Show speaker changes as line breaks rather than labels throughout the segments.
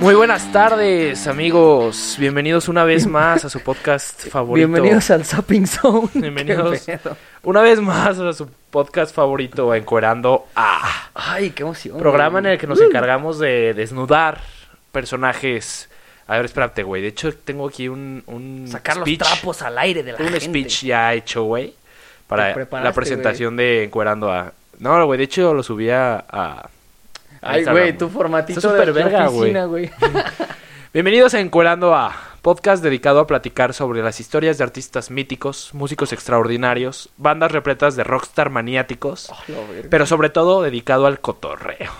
Muy buenas tardes, amigos. Bienvenidos una vez más a su podcast favorito.
Bienvenidos al Zapping Zone. Qué
Bienvenidos.
pedo.
Una vez más a su podcast favorito, Encuerando A.
Ay, qué emoción.
Programa en el que nos encargamos de desnudar personajes. A ver, espérate, güey. De hecho, tengo aquí un, un
Sacar los
speech,
trapos al aire de la
un
gente.
speech ya hecho, güey. Para
Te preparaste,
la presentación de Encuerando A. No, güey. De hecho, lo subí a... a a
Ay,
Instagram,
güey, tu formatito
Está
de
súper
la
verga,
oficina, güey.
Bienvenidos a Encuerando A, podcast dedicado a platicar sobre las historias de artistas míticos, músicos extraordinarios, bandas repletas de rockstar maniáticos,
Oh, la verga.
pero sobre todo dedicado al cotorreo.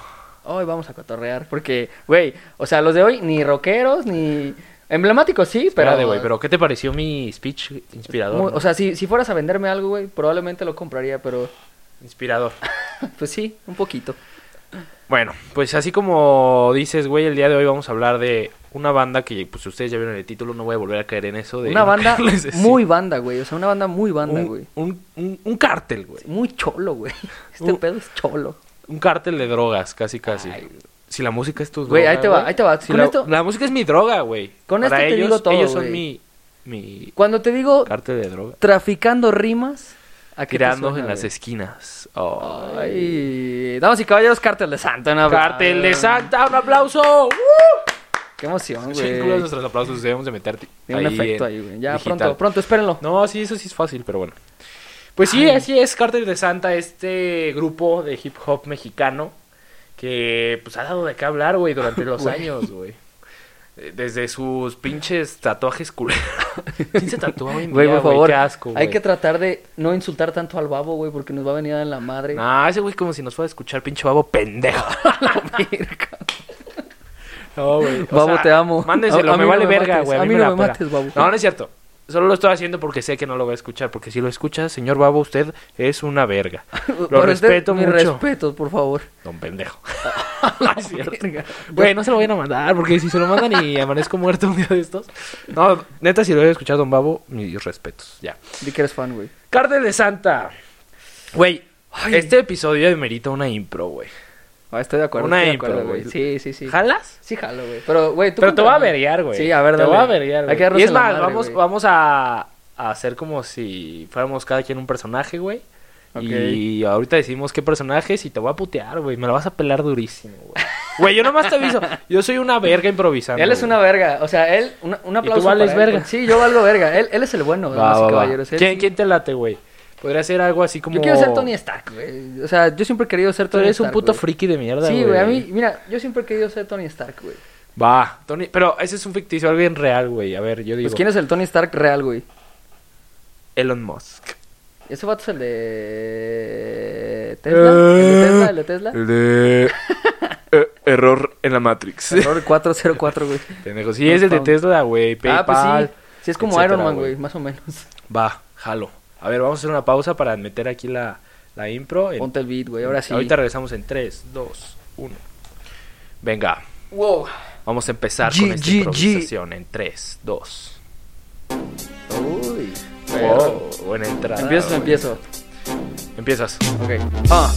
Hoy vamos a cotorrear porque, güey, o sea, los de hoy ni rockeros ni emblemáticos sí, pero
Espérate, güey, pero ¿qué te pareció mi speech inspirador?
Muy-
no?
o sea, si, si fueras a venderme algo, güey, probablemente lo compraría, pero
inspirador.
pues sí, un poquito.
Bueno, pues así como dices, güey, el día de hoy vamos a hablar de una banda que, pues ustedes ya vieron el título, no voy a volver a caer en eso. De
Una
no
banda
quererles decir.
muy banda, güey, o sea, una banda muy banda, güey.
un, un, un, un cártel, güey.
Muy cholo, güey. Este
Un-
pedo es cholo.
Un cártel de drogas, casi, casi.
Ay.
Si la música es tu droga.
Güey, ahí te va, ahí te va.
Si
Con
la,
esto-
la música es mi droga, güey.
Con
Para
esto te
ellos,
digo todo,
Ellos son
güey.
mi, mi
Cuando te digo
cártel de droga.
traficando rimas, ¿a qué te
Tirando
suena,
en las
güey?
esquinas. Oh.
Ay, damas y caballeros, Cártel de Santa, un abrazo.
Cártel de Santa, un aplauso.
Qué emoción,
Chingulos
güey.
nuestros aplausos debemos de meterte.
De un efecto
en
ahí, güey. Ya
digital.
pronto, pronto, espérenlo.
No, sí, eso sí es fácil, pero bueno. Pues sí,
Ay.
así es Cártel de Santa, este grupo de hip hop mexicano que pues ha dado de qué hablar, güey, durante los años, güey. Eh, Desde sus pinches tatuajes culeros. ¿Quién se tatúa hoy en
Güey,
día,
por favor,
Qué asco,
hay
güey.
que tratar de no insultar tanto al babo, güey, porque nos va a venir a dar en la madre.
Nah, ese güey como si nos fuera a escuchar, pinche babo pendejo. No, güey. o
Babo, te amo.
Mándenselo,
A- a
me
mí no
vale
me
verga,
mates,
güey.
a mí
me
no
la
me
pela.
mates, babo.
No, no es cierto. Solo lo estoy haciendo porque sé que no lo va a escuchar. Porque si lo escucha, señor Babo, usted es una verga. Lo
Por este-
respeto
mis
mucho.
respetos, por favor.
Don pendejo. No es cierto. Güey, no se lo vayan a mandar. Porque si se lo mandan y amanezco muerto un día de estos. No, neta, si lo voy a escuchar, don Babo, mis respetos. Ya.
Di que eres fan, güey.
Cártel de Santa. Güey,
Ay.
este episodio merita una impro, güey.
Ah, estoy de acuerdo.
Una
estoy de
impro,
acuerdo,
güey.
Sí, sí, sí.
¿Jalas?
Sí, jalo, güey. Pero, güey, tú.
Pero te
contra
voy a
mí.
verguear, güey.
Sí, a ver,
Te
dale.
voy a verguear,
Hay
güey.
que darnos
Y es
en la
más,
madre,
vamos,
güey.
vamos a, a hacer como si fuéramos cada quien un personaje, güey.
Ok.
Y ahorita decimos qué personajes y te voy a putear, güey. Me la vas a pelar durísimo, güey. Güey, yo nomás te aviso. Yo soy una verga improvisando.
Él es
güey.
una verga. O sea, él. Una, un aplauso.
vales
para él,
verga.
porque- Sí, yo valgo verga. Él, él es el bueno,
Va,
damas y
va, va.
caballeros. Él
¿Quién,
sí-
quién te late, güey? Podría ser algo así como...
Yo quiero ser Tony Stark, güey. O sea, yo siempre he querido ser
Tú
Tony
eres un
Stark,
puto
güey.
friki de mierda, güey.
Sí, güey. A mí, mira, yo siempre he querido ser Tony Stark, güey. Pues,
Va, Tony... Pero ese es un ficticio, algo bien real, güey. A ver, yo digo...
Pues, ¿quién es el Tony Stark real, güey?
Elon Musk.
Ese vato es el de. Tesla. El de Tesla, el de Tesla.
Eh. El de... eh, error en la Matrix.
Error 404, güey.
Pendejo, sí, es el de
Pam.
Tesla, güey. PayPal.
Ah, pues sí. Sí, es como
etcétera,
Iron Man, güey, más o menos.
Va, jalo. A ver, vamos a hacer una pausa para meter aquí la, la impro. en-
Ponte el beat, güey, ahora sí.
Ahorita regresamos en 3, 2, 1. Venga,
Wow.
vamos a empezar
G,
con esta
G, G.
improvisación en 3, 2.
Uy.
Wow, buena entrada.
¿Empiezas o
güey.
empiezo?
Empiezas.
Ok. Ah,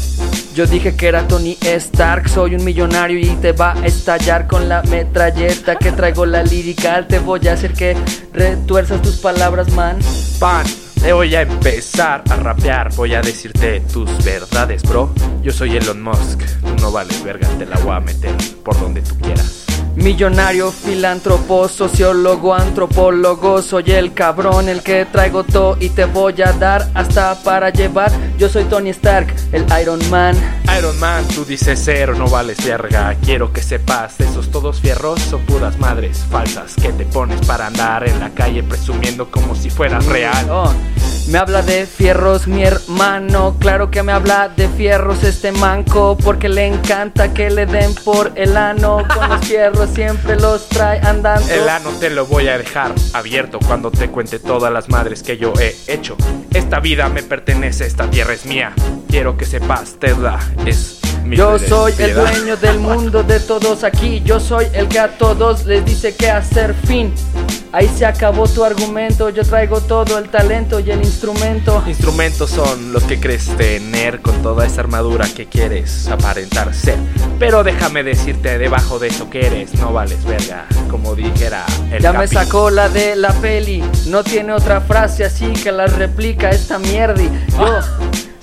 yo dije que era Tony Stark, soy un millonario y te va a estallar con la metralleta que traigo la lirical. Te voy a hacer que retuerzas tus palabras, man.
Pan, te voy a empezar a rapear. Voy a decirte tus verdades, bro. Yo soy Elon Musk. Tú no vales verga, te la voy a meter por donde tú quieras.
Millonario, filántropo, sociólogo, antropólogo, soy el cabrón, el que traigo todo y te voy a dar hasta para llevar. Yo soy Tony Stark, el Iron Man.
Iron Man, tú dices cero, no vales verga. Quiero que sepas, esos todos fierros son puras madres falsas que te pones para andar en la calle presumiendo como si fueras real.
Oh, Me habla de fierros mi hermano, claro que me habla de fierros este manco, porque le encanta que le den por el ano, con los fierros siempre los trae andando.
El ano te lo voy a dejar abierto cuando te cuente todas las madres que yo he hecho. Esta vida me pertenece, esta tierra es mía. Quiero que sepas, Tesla es mi
Yo soy el
piedad.
dueño del mundo de todos aquí. Yo soy el que a todos les dice qué hacer. Fin. Ahí se acabó tu argumento. Yo traigo todo el talento y el instrumento.
Instrumentos son los que crees tener con toda esa armadura que quieres aparentar ser. Pero déjame decirte, debajo de eso que eres, no vales verga, como dijera el
Ya me
Capi.
sacó la de la peli. No tiene otra frase así que la replica esta mierda. Yo
Ah.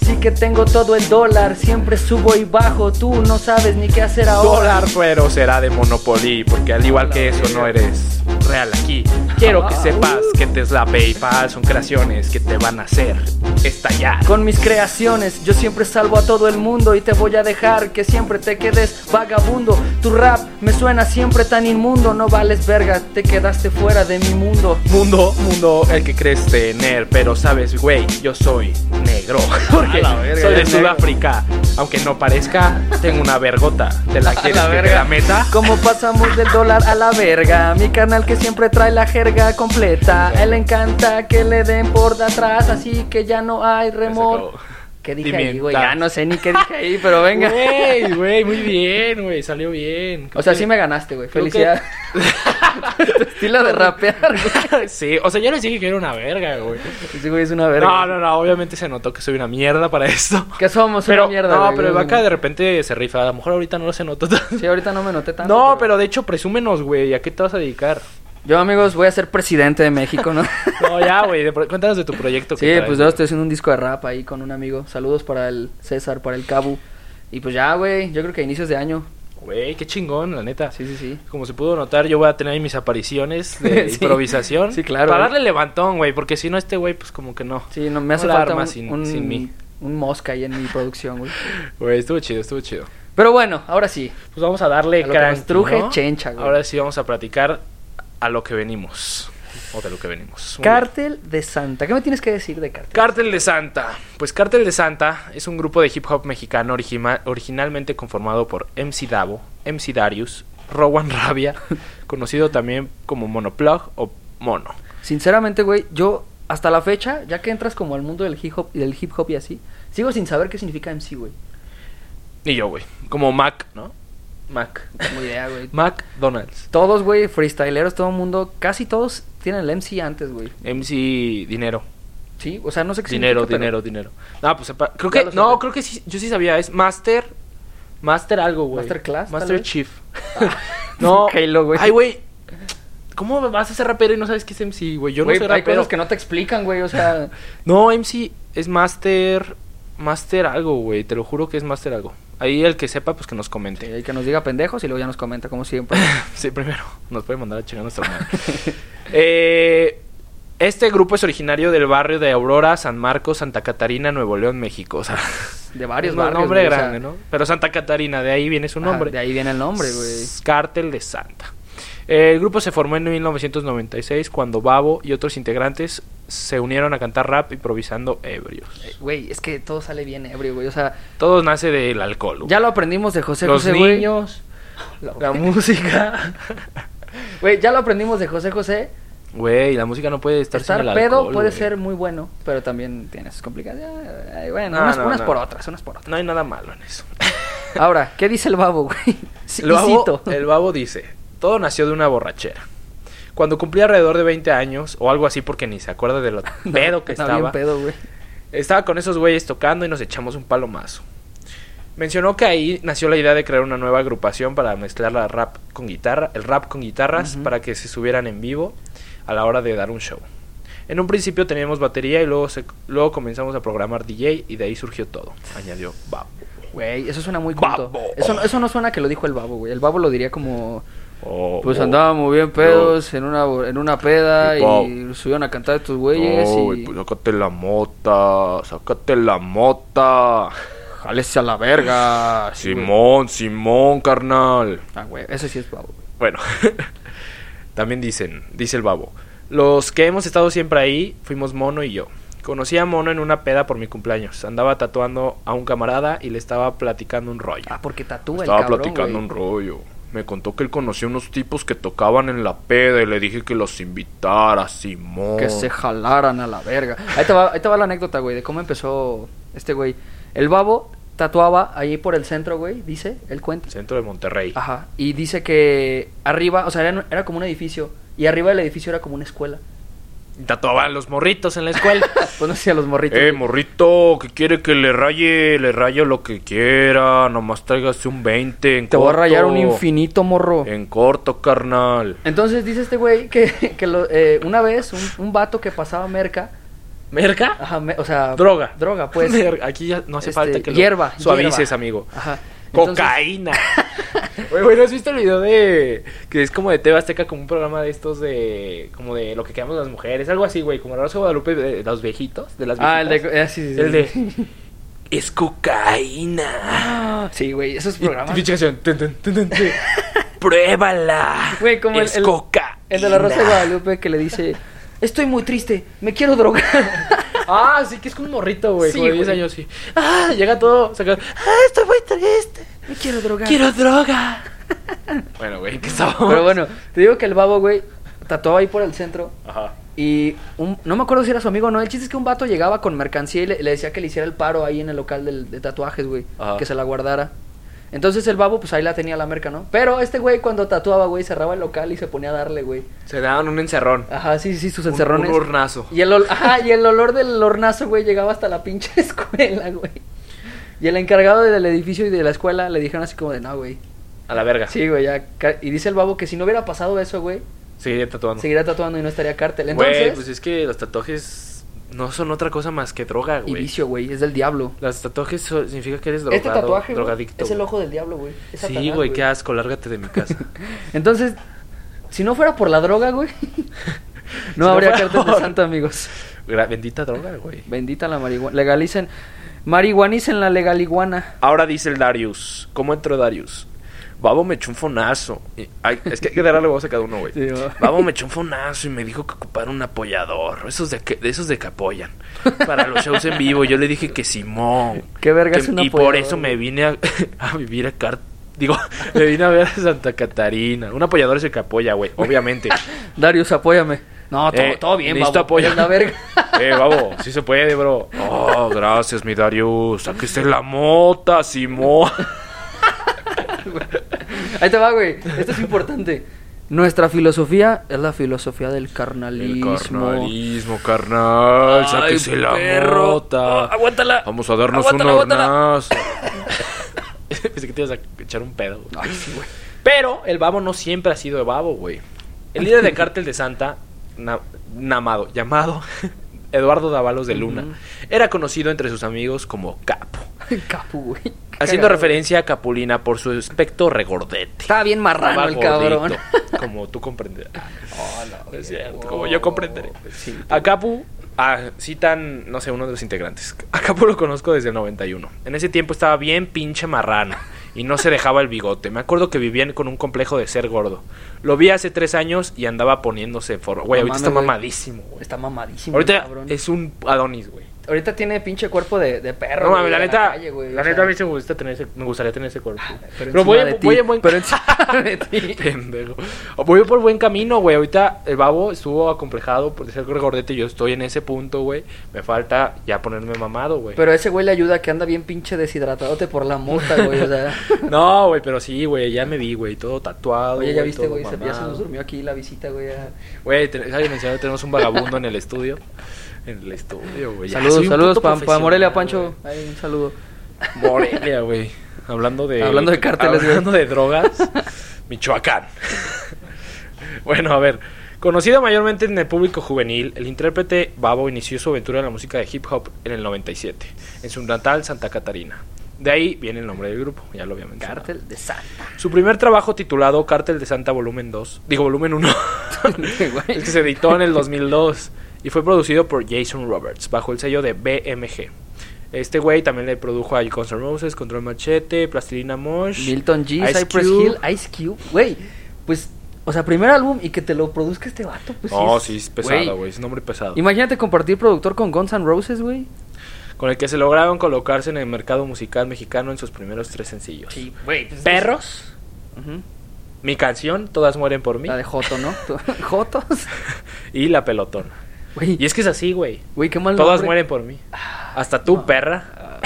sí que tengo todo el dólar. Siempre subo y bajo. Tú no sabes ni qué hacer ahora.
dólar, pero será de Monopoly, porque al igual que eso no eres real aquí. Quiero que sepas que Tesla PayPal son creaciones que te van a hacer estallar.
Con mis creaciones, yo siempre salvo a todo el mundo y te voy a dejar que siempre te quedes vagabundo. Tu rap me suena siempre tan inmundo, no vales verga, te quedaste fuera de mi mundo.
Mundo, mundo, el que crees tener, pero sabes, güey, yo soy negro. Porque
la verga,
soy de
eres negro.
Sudáfrica. Aunque no parezca, tengo una vergota. ¿Te la quieres que te
verga.
la meta?
Como pasamos del dólar a la verga, mi canal que siempre trae la jerga completa. A él le encanta que le den por de atrás, así que ya no hay remor.
acabó.
¿Qué dije ahí,
Pimienta.
güey? Ya no sé ni qué dije ahí, pero venga.
Güey, güey, muy bien, güey, salió bien.
O sea, sí me ganaste, güey.
Creo que-
Felicidades. tu estilo de rapear, güey.
Sí, o sea, yo les dije que era una verga, güey.
Ese güey es una verga.
No, no, no, obviamente se notó que soy una mierda para esto.
Que somos
Pero,
una mierda.
no,
güey.
pero el vaca de repente se rifa. A lo mejor ahorita no lo se notó tanto.
Sí, ahorita no me noté tanto.
No, pero de hecho, presúmenos, güey. ¿A qué te vas a dedicar?
Yo, amigos, voy a ser presidente de México, ¿no?
No, ya, güey. de- Cuéntanos de tu proyecto. que
sí,
traes,
pues yo
güey.
estoy haciendo un disco de rap ahí con un amigo. Saludos para el César, para el Cabu. Y pues ya, güey, yo creo que a inicios de año.
Güey, qué chingón, la neta.
Sí, sí, sí.
Como se pudo notar, yo voy a tener ahí mis apariciones de
Sí.
improvisación.
Sí, claro,
Para
güey.
darle levantón, güey, porque si no, este güey, pues como que no.
Sí, no, me hace
No la
falta
arma
un,
sin-
un,
sin mí.
un mosca ahí en mi producción, güey.
Güey, estuvo chido, estuvo chido.
Pero bueno, ahora sí.
Pues vamos a darle
A lo que
cranky,
nos truje
¿no?
chencha, güey.
Ahora sí vamos a platicar a lo que venimos. O de lo que venimos. Muy bien.
Cártel de Santa. ¿Qué me tienes que decir de Cártel?
Cártel de Santa. Pues Cártel de Santa es un grupo de hip hop mexicano origima- originalmente conformado por MC Davo, MC Darius, Rowan Rabia, conocido también como Monoplug o Mono.
Sinceramente, güey, yo hasta la fecha, ya que entras como al mundo del hip hop, del hip hop y así, sigo sin saber qué significa MC, güey.
Y yo, güey. Como Mac, ¿no? Mac.
No tengo idea, güey.
Mac Donalds.
Todos, güey, freestyleros, todo el mundo, casi todos tienen el MC antes, güey.
MC Dinero.
Sí, o sea, no sé qué
Dinero,
significa, pero-
dinero, dinero. No, pues sepa- creo
Ya
que.
lo
No,
sabré.
creo que sí. Yo sí sabía. Es Master. Master algo, güey.
Masterclass, tal
Master
vez. Ah,
Chief. no.
Halo, güey.
Ay, güey. ¿Cómo vas a ser rapero y no sabes qué es MC, güey? Yo no
Güey,
soy
hay
rapero.
cosas que no te explican, güey, o sea,
No, MC es Master. Master algo, güey. Te lo juro que es Master algo. Ahí el que sepa, pues que nos comente.
hay que nos diga pendejos y luego ya nos comenta como siempre.
Sí, primero. Nos puede mandar a chingar nuestra madre. Eh, este grupo es originario del barrio de Aurora, San Marcos, Santa Catarina, Nuevo León, México. O sea,
De varios
es un
barrios,
nombre
güey, o sea,
grande, ¿no? Pero Santa Catarina, de ahí viene su
ajá,
nombre.
de ahí viene el nombre, güey.
S- Cártel de Santa. Eh, El grupo se formó en 1996 cuando Babo y otros integrantes se unieron a cantar rap improvisando ebrios.
Güey, es que todo sale bien ebrio, güey, o sea,
Todo nace del alcohol. güey.
ya lo aprendimos de José
Los
José, güey.
niños, la
Lo-
música.
Güey, ya lo aprendimos de José José.
Güey, la música no puede estar,
Estar
sin el
pedo
alcohol,
puede
güey.
ser muy bueno, pero también tiene sus complicaciones. Ay, Bueno,
No,
unas,
no,
unas
no.
por otras, unas por otras.
No hay nada malo en eso.
Ahora, ¿qué dice el babo, güey? Sí,
El babo,
cito.
el babo dice, todo nació de una borrachera. Cuando cumplí alrededor de 20 años, o algo así porque ni se acuerda de lo pedo que
Está
estaba,
bien pedo, güey.
estaba con esos güeyes tocando y nos echamos un palomazo. Mencionó que ahí nació la idea de crear una nueva agrupación para mezclar la rap con guitarra, el rap con guitarras para que se subieran en vivo a la hora de dar un show. En un principio teníamos batería y luego, se- luego comenzamos a programar DJ y de ahí surgió todo, añadió Babo.
Güey, eso suena muy culto.
Babo.
Eso, no- eso no suena que lo dijo el babo, güey. El babo lo diría como...
Oh,
Pues
oh.
andábamos bien pedos en una, bo- en una peda y
Wow.
subieron a cantar estos güeyes
No,
y...
güey, pues sácate la mota, sácate la mota.
"Jálese a la verga! Sí, güey.
Simón, Simón, carnal.
Ah, güey, eso sí es babo, güey.
Bueno, también dicen, dice el babo. Los que hemos estado siempre ahí fuimos Mono y yo. Conocí a Mono en una peda por mi cumpleaños. Andaba tatuando a un camarada y le estaba platicando un rollo.
Ah, porque tatúa el
Estaba
cabrón,
platicando
güey.
un rollo. Me contó que él conocía unos tipos que tocaban en la peda y le dije que los invitara, Simón.
Que se jalaran a la verga. Ahí te va, ahí te va la anécdota, güey, de cómo empezó este güey. El babo tatuaba ahí por el centro, güey, dice, él cuenta.
Centro de Monterrey.
Ajá. Y dice que arriba, o sea, era, era como un edificio. Y arriba del edificio era como una escuela.
Tatuaban los morritos en la escuela.
Pues no sé, a los morritos.
eh,
güey.
morrito, que quiere que le raye, le rayo lo que quiera. Nomás tráigase un 20 en
Te voy a
corto.
rayar un infinito, morro.
En corto, carnal.
Entonces dice este güey que, que lo- eh, una vez un, un vato que pasaba merca,
¿Merca?
ajá, me- o sea,
Droga.
droga, pues,
Mer- Aquí ya no hace
este,
falta que lo
hierba,
suavices,
hierba.
amigo.
ajá. Entonces,
Cocaína. Güey, bueno, ¿has visto el video de. que es como de TV Azteca, como un programa de estos de. como de lo que quedamos las mujeres, algo así, güey, como la Rosa de Guadalupe de los viejitos, de las
ah, el
viejitas.
de, ah, sí, sí, sí.
El de. Es cocaína.
Ah, sí, güey, esos
Y
programas.
pinche canción, tun, tun, tun, tun, tun. Pruébala.
Güey, como el-
es
el-
cocaína.
El de la Rosa de Guadalupe que le dice, estoy muy triste, me quiero drogar.
Ah, sí, que es como un morrito, güey.
Sí,
como de 10
güey.
años, sí. Ah, llega todo sacado. Ah, estoy muy triste.
me quiero drogar.
Quiero droga. bueno, güey, ¿qué estamos?
Pero bueno, te digo que el babo, güey, tatuaba ahí por el centro.
Ajá.
Y un- no me acuerdo si era su amigo o no. El chiste es que un vato llegaba con mercancía y le, le decía que le hiciera el paro ahí en el local del- de tatuajes, güey.
Ajá.
Que se la guardara. Entonces el babo, pues ahí la tenía la merca, ¿no? Pero este güey, cuando tatuaba, güey, cerraba el local y se ponía a darle, güey.
Se daban un encerrón.
Ajá, sí, sí, sus
Un-
encerrones.
un hornazo.
Y el, ol- ajá, y el olor del hornazo, güey, llegaba hasta la pinche escuela, güey. Y el encargado del edificio y de la escuela le dijeron así como de, no, güey.
A la verga.
Sí, güey, ya. ca- Y dice el babo que si no hubiera pasado eso, güey,
Seguiría tatuando.
seguiría tatuando y no estaría cártel. Entonces,
Güey, pues es que los tatuajes no son otra cosa más que droga,
y
güey.
vicio, güey, es del diablo.
Los tatuajes so- significa que eres drogado,
Este tatuaje güey,
drogadicto.
es el
güey.
ojo del diablo, güey. Es
Sí,
Satanás,
güey, qué asco, lárgate de mi casa.
Entonces, si no fuera por la droga, güey, no
no
habría
fuera
cartel de
por-
santo, amigos.
Gra- Bendita droga, güey.
Bendita la marihuana. Legalicen, marihuanicen la legaliguana.
Ahora dice el Darius. ¿Cómo entró Darius? Babo me echó un fonazo. Y- ay, es que hay que darle voz a cada uno, güey.
Sí, va.
Babo me echó un fonazo y me dijo que ocupara un apoyador. Esos de que, de esos de que apoyan. Para los shows en vivo. Yo le dije que Simón.
¿Qué verga
Que-
es un
Y por
apoyador,
eso me
güey?
vine a, a vivir a Car- Digo, me vine a ver a Santa Catarina. Un apoyador es el que apoya, güey. Obviamente.
Darius, apóyame. No, todo,
Eh,
todo bien,
necesito
babo.
apoyo.
Es La verga.
Eh, babo, sí se puede, bro. Oh, gracias, mi Darius. Sáquese la mota, Simón.
Ahí te va, güey. Esto es importante. Nuestra filosofía es la filosofía del carnalismo.
carnalismo, carnal. Sáquese la
perro.
mota.
Oh, aguántala.
Vamos a darnos
Aguántala,
un
aguántala.
hornazo. Pensé que te ibas a echar un pedo. güey.
Ay, sí, güey.
Pero el babo no siempre ha sido el babo, güey. El líder de cártel de Santa, na- namado, llamado Eduardo Dávalos de Luna, era conocido entre sus amigos como Capo.
Capu, güey.
Haciendo
Cagado.
referencia a Capulina por su aspecto regordete.
Estaba bien marrano el
Estaba gordito,
cabrón.
Como tú comprenderás.
Ah,
Es cierto,
güey.
como yo comprenderé.
Sí.
A Capu ah, citan, no sé, uno de los integrantes. A Capu lo conozco desde el 91. En ese tiempo estaba bien pinche marrano y no se dejaba el bigote. Me acuerdo que vivían con un complejo de ser gordo. Lo vi hace tres años y andaba poniéndose en forma. Güey,
No
ahorita está
mames, güey.
mamadísimo, güey.
Está mamadísimo. el
Ahorita
cabrón.
es un Adonis, güey.
Ahorita tiene pinche cuerpo de, de perro.
No
güey,
mames, la
de
neta,
calle, güey,
la
o sea, Ah,
neta a mí sí me, gusta tener ese- me gustaría tener ese cuerpo.
pero
Pero, voy,
encima
en-
de ti,
voy en buen...
pero encima de ti.
Pendejo. Voy por buen camino, güey. Ahorita el babo estuvo acomplejado por ser gordete. Yo estoy en ese punto, güey. Me falta ya ponerme mamado, güey.
Pero ese güey le ayuda que anda bien pinche deshidratadote por la mota, güey. O sea.
No, güey, pero sí, güey. Ya me vi, güey. Todo tatuado.
Oye, ya viste,
todo
güey. se- Ya se
mamado.
nos durmió aquí la visita, güey. ya.
Güey, te- había mencionado, tenemos un vagabundo en el estudio. En el estudio, güey. Ya, soy
Saludos,
un
saludos
puto
para
profesional,
Morelia,
güey.
Pancho. Ahí, un saludo.
Morelia, güey. Hablando de.
Hablando de cárteles, güey.
Hablando de drogas. Michoacán. bueno, a ver. Conocido mayormente en el público juvenil, el intérprete Babo inició su aventura en la música de hip hop en el 97, en su natal Santa Catarina. De ahí viene el nombre del grupo, ya lo había mencionado.
Cártel de Santa.
Su primer trabajo titulado Cártel de Santa Volumen 2, digo Volumen 1,
Güey.
es que se editó en el 2002 y fue producido por Jason Roberts bajo el sello de BMG. Este güey también le produjo a Guns N' Roses, Control Machete, Plastilina Mosh,
Milton G,
Ice
Cypress
Cube.
Hill, Ice Cube. Güey, pues, o sea, primer álbum y que te lo produzca este vato, pues
No,
es-
sí, es pesado, güey, es un nombre pesado.
Imagínate compartir productor con Guns N' Roses, güey.
Con el que se lograron colocarse en el mercado musical mexicano en sus primeros tres sencillos.
güey.
pues Perros,
Ujú.
mi canción, Todas mueren por mí,
La de Joto, ¿no? Jotos.
y La pelotona.
Güey,
Y es que es así, güey.
güey, qué mal
Todas
nombre. Ah,
mueren por mí. Hasta tú, perra.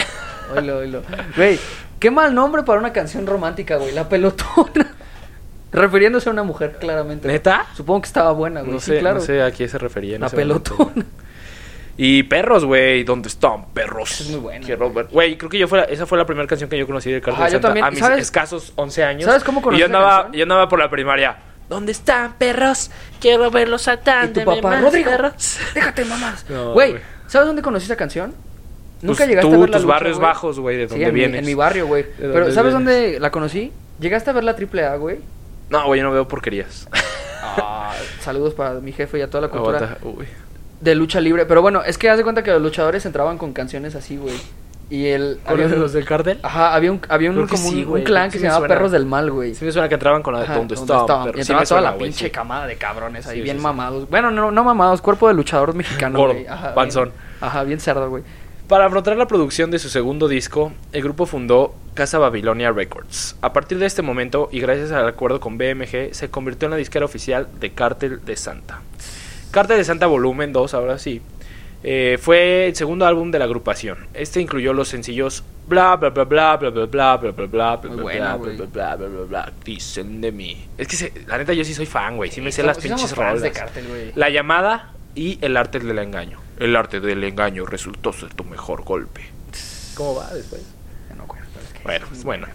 Oilo, oilo. Güey, qué mal nombre para una canción romántica, güey. La pelotona. Refiriéndose a una mujer, claramente. güey.
¿Neta?
Supongo que estaba buena, güey.
No
sí,
sé,
claro.
no sé a qué se refería. en
La
ese momento,
pelotona.
güey. Y perros, güey. ¿Dónde están perros?
Esa es muy buena.
Que Robert- Güey, creo que yo fue la- esa fue la primera canción que yo conocí de Cartel
Ah, yo
Santa
también.
a mis
¿Sabes?
escasos 11 años.
¿Sabes cómo conocí
Y yo
esa
andaba,
canción?
yo andaba por la primaria. ¿Dónde están perros? Quiero verlos saltando.
Y tu
mi
papá,
más
Rodrigo,
perros".
déjate mamás.
No,
Güey,
güey.
¿sabes dónde conocí esa canción? Nunca
Pues
llegaste
tú,
a ver la
tus
lucha,
barrios
güey.
bajos, güey, de
Sí,
donde
en mi-
vienes.
en mi barrio, güey.
dónde
Pero
vienes?
¿sabes dónde la conocí? ¿Llegaste a ver la AAA, güey?
No, güey, yo no veo porquerías.
Ah, Saludos para mi jefe y a toda la cultura
Ah, Aguanta, uy.
de lucha libre. Pero bueno, es que haz de cuenta que los luchadores entraban con canciones así, güey. Y el... había un-
del cartel?
Ajá, había un, había un,
Creo que
como un,
sí,
un
güey, creo
clan que
que
se
me
llamaba
suena.
Perros del Mal, güey.
Sí me suena que entraban con la de
Ajá,
¿Dónde
¿dónde
están
estaban?
perros?
Y
Sí
entraba
me
toda
suena,
la
güey,
pinche
sí.
camada de cabrones ahí,
Sí,
bien
sí, sí.
mamados. Bueno, no, no mamados, cuerpo de luchador mexicano,
Gordo,
güey. Ajá,
panzón.
bien- ajá, bien cerdo, güey.
Para afrontar la producción de su segundo disco, el grupo fundó Casa Babilonia Records. A partir de este momento, y gracias al acuerdo con BMG, se convirtió en la disquera oficial de Cártel de Santa. Cártel de Santa Volumen 2, ahora sí, eh, fue el segundo álbum de la agrupación. Este incluyó los sencillos bla bla bla bla bla bla bla bla bla bla bla
Muy
bla
buena,
bla
güey.
bla bla bla bla bla dicen de mí. Es que se- la neta yo sí soy fan, güey. Sí me sé
Somos-
las
sí somos
pinches
fans
rolas.
de Cártel, güey.
La llamada y el arte del engaño. El arte del engaño resultó ser tu mejor golpe.
¿Cómo va después? No, güey, pero es que-
Bueno, pues bueno.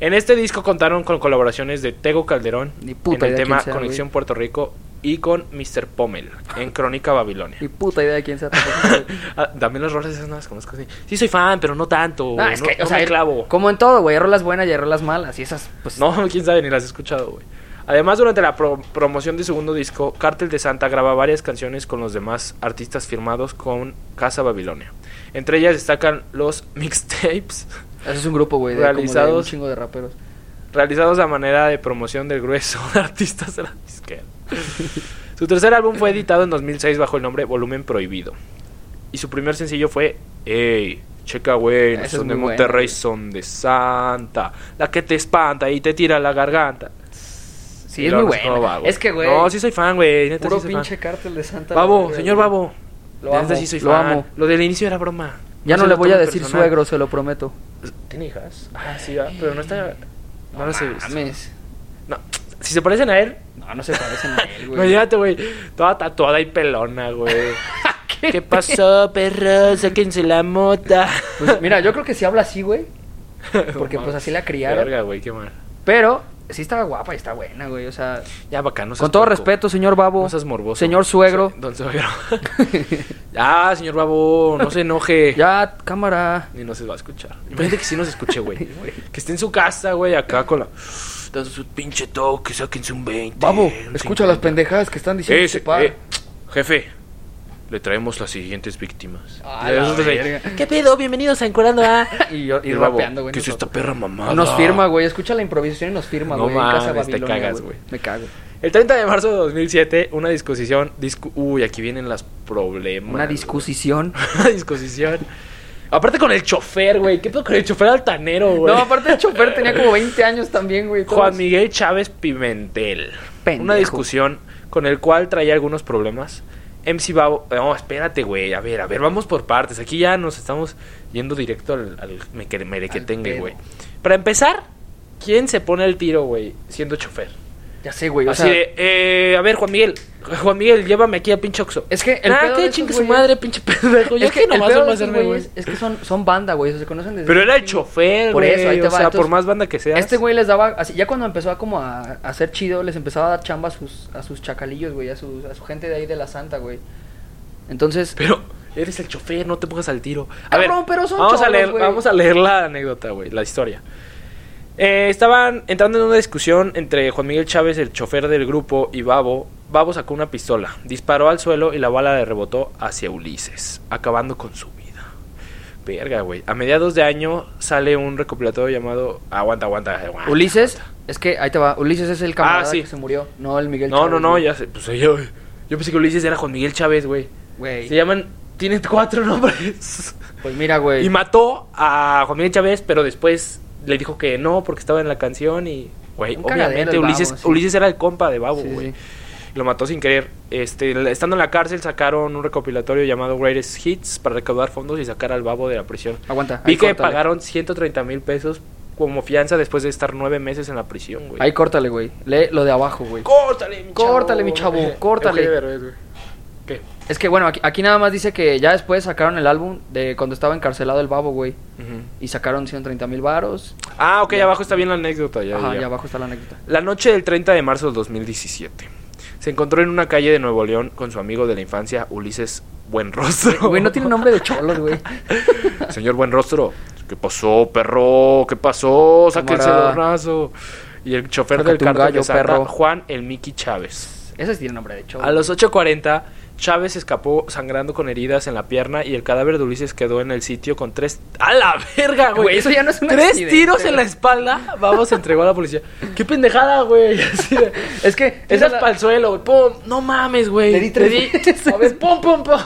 En este disco contaron con colaboraciones de Tego Calderón
Ni puta
en el
idea
tema
quién sea,
Conexión Puerto Rico y con Mr. Pommel en Crónica Babilonia.
Ni puta idea de quién sea. tampoco, güey.
Ah, también las rolas esas no las conozco. Sí. Sí soy fan, pero no tanto.
Ah,
güey.
es
no,
que,
no
o sea,
me clavo.
como en todo, güey, hay rolas buenas y hay rolas malas. Y esas, pues.
No, quién sabe, ni las he escuchado, güey. Además, durante la pro- promoción del segundo disco, Cártel de Santa graba varias canciones con los demás artistas firmados con Casa Babilonia. Entre ellas destacan los mixtapes
Eso es un grupo, güey, de, como de un
Realizados.
chingo de raperos.
realizados a manera de promoción del grueso de artistas de la disquera. su tercer álbum fue editado en 2006 bajo el nombre Volumen Prohibido. Y su primer sencillo fue Ey, checa güey, no
Esa Ah, es
son de
muy buena,
Monterrey,
güey.
son de Santa, la que te espanta y te tira la garganta.
Sí,
Y
es muy
luego no sé
bueno.
cómo va,
es que, güey.
No, sí soy fan, güey. Neta,
puro
sí soy
pinche
fan.
cártel de Santa.
Babo,
María,
señor
güey.
Babo.
Lo
Neta,
amo,
sí soy
lo
fan.
amo.
Lo del inicio era broma.
Ya no,
se
le
lo
voy a
tomen
decir
personal.
suegro, se lo prometo.
¿Tiene hijas? Ah, sí, va, pero no está. No, las he visto.
mames.
No, si se parecen a él,
No, no se parecen a él, güey.
Imagínate, güey. Toda tatuada y pelona, güey. ¿Qué, pasó, perro? Sáquense la mota.
Pues, mira, yo creo que sí habla así, güey. Porque pues así la criaron.
Verga, güey, qué mal.
Pero sí está guapa y está buena, güey. O sea,
Ya, bacán, no seas
con todo
puerco.
respeto, señor Babo.
No seas morboso.
Señor suegro.
Se- Don suegro. ya, señor babo, no se enoje.
Ya, cámara.
Ni nos va a escuchar. Imagínate que sí nos escuche, güey. que esté en su casa, güey, acá con la. Dando su pinche toque, sáquense un 20.
Babo,
un
escucha las
50.
pendejadas que están diciendo este
Ese,
tu padre.
eh, jefe, le traemos las siguientes víctimas.
Ah,
Y
la
nosotros ahí,
verga.
¿Qué pedo? Bienvenidos a Encuerando A.
Y yo y
El babo,
rapeando, güey.
¿Qué es esta
nosotros.
perra mamada?
Nos firma, güey. Escucha la improvisación y nos firma,
No
güey. en Casa
mames, te
Babilonia,
cagas, güey.
Me cago.
El 30 de marzo de 2007, una discusión. discu- Uy, aquí vienen las problemas.
Una discusión.
güey. Una discusión. Aparte con el chofer, güey. ¿Qué pedo con el chofer altanero, güey?
No, aparte el chofer tenía como 20 años también, güey. todos.
Juan Miguel Chávez Pimentel.
Pendejo.
Una discusión con el cual traía algunos problemas. MC Babo. No, espérate, güey. A ver, a ver, vamos por partes. Aquí ya nos estamos yendo directo al, al me que, mere que
Al
tenga,
pedo.
güey. Para empezar, ¿quién se pone el tiro, güey? Siendo chofer.
Ya sé, güey. O
Así
sea,
de, eh, a ver, Juan Miguel. Juan Miguel, llévame aquí a pinche Oxxo.
Es que el
Ah,
pedo de
que
esos
chingue su
güeyes-
madre, pinche pendejo. Yo
es que el
nomás
pedo
vengo a
de esos
hacerme,
güeyes es que son, son banda, güey. o sea, se conocen desde.
Pero era el chofer,
Por
güey.
eso, ahí te
o
va,
sea,
entonces-
por más banda que seas.
Este güey les daba, así, ya cuando empezó a como a, a ser chido, les empezaba a dar chamba a sus, a sus chacalillos, güey, a, sus- a su gente de ahí de la Santa, güey. Entonces,
Pero eres el chofer, no te pongas al tiro. A
Cabrón, pero son
vamos a
cholos,
leer,
güey.
vamos a leer la anécdota, güey, la historia. Eh, estaban entrando en una discusión entre Juan Miguel Chávez, el chofer del grupo, y Babo. Babo sacó una pistola, disparó al suelo y la bala le rebotó hacia Ulises, acabando con su vida. Verga, güey. A mediados de año sale un recopilatorio llamado Aguanta, aguanta, aguanta.
Ulises, es que ahí te va, Ulises es el camarada
Ah, sí.
que se murió, no el Miguel
No,
Chávez,
no, no,
güey.
ya sé. Pues yo, yo pensé que Ulises era Juan Miguel Chávez, güey.
Güey,
Se llaman. Tienen cuatro nombres.
pues mira, güey.
Y mató a Juan Miguel Chávez, pero después le dijo que no porque estaba en la canción y... Güey,
Un cagadero
obviamente
el Babo,
Ulises,
sí.
Ulises era el compa de Babo,
Sí, sí,
güey.
sí.
Lo mató sin querer. Este, estando en la cárcel sacaron un recopilatorio llamado Greatest Hits para recaudar fondos y sacar al babo de la prisión.
Aguanta.
Vi
Ah, ahí
que
córtale.
pagaron 130 mil pesos como fianza después de estar nueve meses en la prisión, güey.
Ahí córtale, güey. Lee lo de abajo, güey.
córtale, mi
Córtale, mi chavo,
Eh,
córtale.
Eugenio Derbez, güey. ¿Qué?
Es que bueno, aquí, aquí nada más dice que ya después sacaron el álbum de cuando estaba encarcelado el babo, güey. Y sacaron 130 mil varos.
Ah, ok, abajo está bien la anécdota. Ya,
Ajá,
ya.
y abajo está la anécdota.
La noche del 30 de marzo del 2017. Se encontró en una calle de Nuevo León con su amigo de la infancia, Ulises Buenrostro.
Güey, no tiene nombre de cholos, güey.
Señor Buenrostro, ¿qué pasó, perro? ¿Qué pasó? Sáquense
Camarada.
el raso. Y el chofer
Sácate
del
un
cartel
gallo,
de Santa,
perro.
Juan el Miki Chávez.
Ese sí tiene nombre de cholo.
A los 8.40, Chávez escapó sangrando con heridas en la pierna y el cadáver de Ulises quedó en el sitio con tres... ¡A la verga, güey!
Güey, eso ya no es un
Tres
accidente,
tiros
güey.
en la espalda, vamos, se entregó a la policía. ¡Qué pendejada, güey! Así de,
Es que esa
Esas
es la-
pa'l suelo, güey. ¡Pum! ¡No mames, güey!
Le di tres veces.
A ver, ¡pum, pum, pum!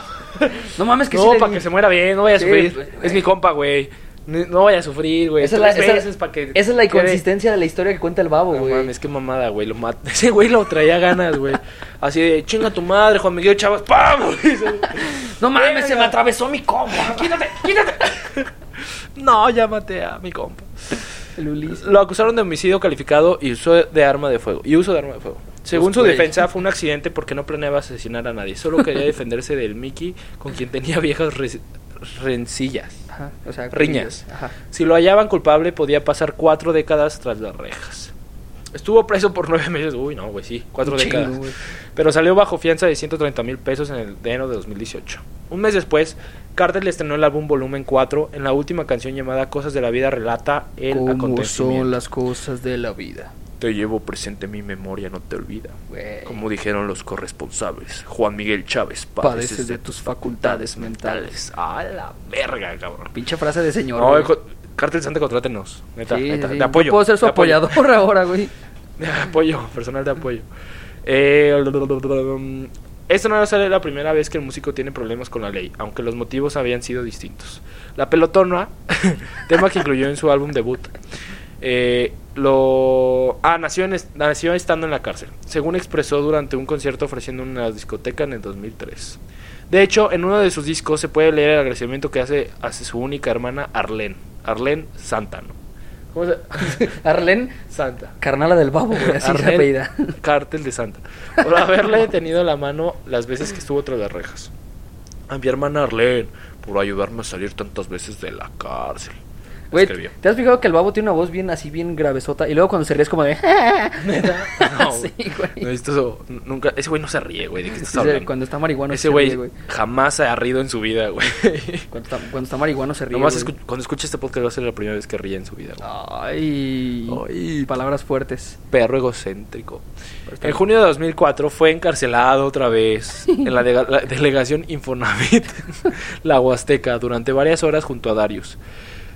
No mames que sí
no,
le
para
di.
que se muera bien, no vaya a
Sí,
sufrir.
pues,
es mi compa, güey. No no vaya a sufrir, güey.
Esa es la,
Tres
esa-
veces pa' que
esa es la
quede-
inconsistencia de la historia que cuenta el babo,
No
güey.
mames, qué mamada, güey. Lo mata. Ese güey lo traía ganas, güey. Así de, chinga tu madre, Juan Miguel Chavas. ¡Pam! güey.
no mames, se me
Verga.
atravesó mi compa.
¡Quítate, quítate! No, ya maté a mi compa.
El Ulises.
Lo acusaron de homicidio calificado y uso de arma de fuego. Y uso de arma de fuego. Según
Pues,
su
güey.
defensa, fue un accidente porque no planeaba asesinar a nadie. Solo quería defenderse del Mickey, con quien tenía viejas re- rencillas.
Ajá, o sea,
Riñas.
Ajá.
Si lo hallaban culpable, podía pasar cuatro décadas tras las rejas. Estuvo preso por nueve meses. Uy, no, güey, sí, cuatro
Un chingo,
décadas.
güey.
Pero salió bajo fianza de 130 mil pesos en el de enero de 2018. Un mes después, Carter le estrenó el álbum Volumen 4. En la última canción llamada Cosas de la Vida relata el
¿Cómo
acontecimiento.
son las cosas de la vida?
Te llevo presente mi memoria, no te olvida.
Güey.
Como dijeron los corresponsables, Juan Miguel Chávez, padeces,
padeces de tus
facultades
facultades mentales. Ah,
mentales. A la verga, cabrón.
Pinche frase de señor.
"Ah, No,
güey.
hijo, Cártel Santa, contrátenos. Neta,
Sí,
neta,
sí, sí.
de apoyo.
Yo puedo ser su
de apoyo.
apoyador ahora, güey.
De apoyo, personal de apoyo. Eh, esto no será la primera vez que el músico tiene problemas con la ley, aunque los motivos habían sido distintos. La pelotona, tema que incluyó en su álbum debut, eh, lo ah, nació, en est- nació estando en la cárcel, según expresó durante un concierto ofreciendo en una discoteca en el 2003. De hecho, en uno de sus discos se puede leer el agradecimiento que hace a su única hermana Arlene, Arlene Santano. ¿Cómo se
Arlen,
Santa.
carnala del babo, güey. Así se
Arnel
apellida.
Cártel de Santa. Por haberle tenido la mano las veces que estuvo tras las rejas. A mi hermana Arlene, por ayudarme a salir tantas veces de la cárcel.
Güey,
Escribió.
¿te has fijado que el babo tiene una voz bien así, bien gravesota? Y luego cuando se ríe es como de.
No, güey.
sí, güey.
No, esto- nunca, ese güey no se ríe, güey. ¿De qué estás
Sí,
hablando?
Cuando está marihuano
ese
se ríe,
güey jamás se ha rido en su vida, güey.
Cuando está, cuando está marihuano se ríe.
Nomás
güey.
escu- cuando escucha este podcast va a ser la primera vez que ríe en su vida, güey.
Ay,
Ay.
Palabras fuertes.
Perro egocéntrico.
Pero
En
está bien.
junio de 2004 fue encarcelado otra vez en la, dega- la delegación Infonavit, la Huasteca, durante varias horas junto a Darius,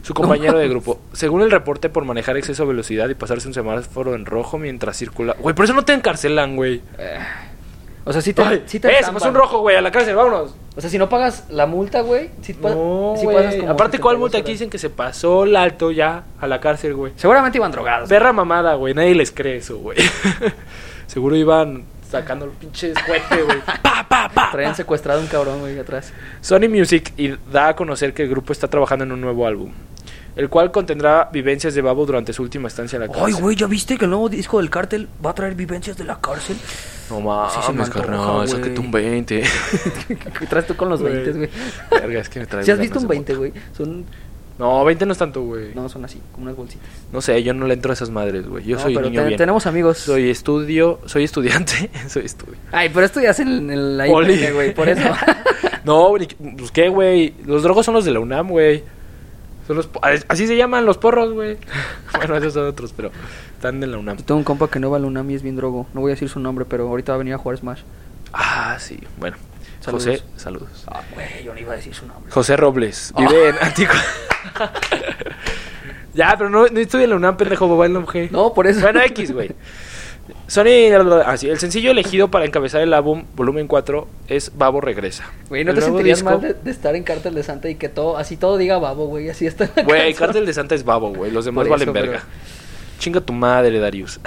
su compañero de grupo. Según el reporte, por manejar exceso de velocidad y pasarse un semáforo en rojo mientras circula. Güey, por eso no te encarcelan, güey.
O sea, si te.
Ay,
sí te
Eh, se
zamban.
pasó un rojo, güey, a la cárcel, vámonos.
O sea, si no pagas la multa, güey. Si pa-
No,
si
güey.
pasas como
Aparte, ¿cuál
72
multa aquí
horas.
dicen que se pasó el alto ya a la cárcel, güey?
Seguramente iban drogados.
Perra mamada, güey. Nadie les cree eso, güey. Seguro iban sacando el pinche cohete, güey. Pa, pa, pa.
Traían secuestrado a un cabrón, güey, atrás.
Sony Music y da a conocer que el grupo está trabajando en un nuevo álbum, el cual contendrá vivencias de Babo durante su última estancia en la cárcel.
¿ya viste que el nuevo disco del cártel va a traer vivencias de la cárcel?
No mames,
Sí se me antoja, güey.
carnal, sáquete un 20.
¿Qué traes tú con los 20, güey?
Verga, es que me traigo
Si has
ganas
visto un
de
20,
moto.
güey, son...
No, 20 no es tanto, güey. No.
No, son así, como unas bolsitas.
sé, yo no le entro a esas madres, güey. Yo
No,
soy
pero
niño
te-
bien.
tenemos amigos.
Soy estudio, soy estudiante, soy estudio.
Ay, pero esto ya es en, en la
Poli.
IPG, güey, por eso.
No, ni- pues qué, güey. Los drogos son los de la UNAM, güey. Son los po- así se llaman los porros, güey. bueno, esos son otros, pero están en la UNAM.
Yo tengo un compa que no va a la UNAM y es bien drogo. No voy a decir su nombre, pero ahorita va a venir a jugar Smash.
Ah, sí. Bueno.
Saludos.
José, saludos.
Ah, güey, yo no iba a decir su nombre.
José Robles,
Oh.
vive en Antigua. ya, pero no, no estoy en la UNAM, pendejo, boba, no, güey.
No, por eso.
Bueno, X, güey. Sony, ah, sí, el sencillo elegido para encabezar el álbum volumen 4 es Babo Regresa.
Güey, ¿no
El
te
nuevo
sentirías
disco-
mal de, de estar en Cártel de Santa y que todo, así todo diga babo, güey? Así está. la
Güey,
canción.
Cártel de Santa es Babo, güey. Los demás
Por
valen
eso,
verga. Chinga tu madre, Darius.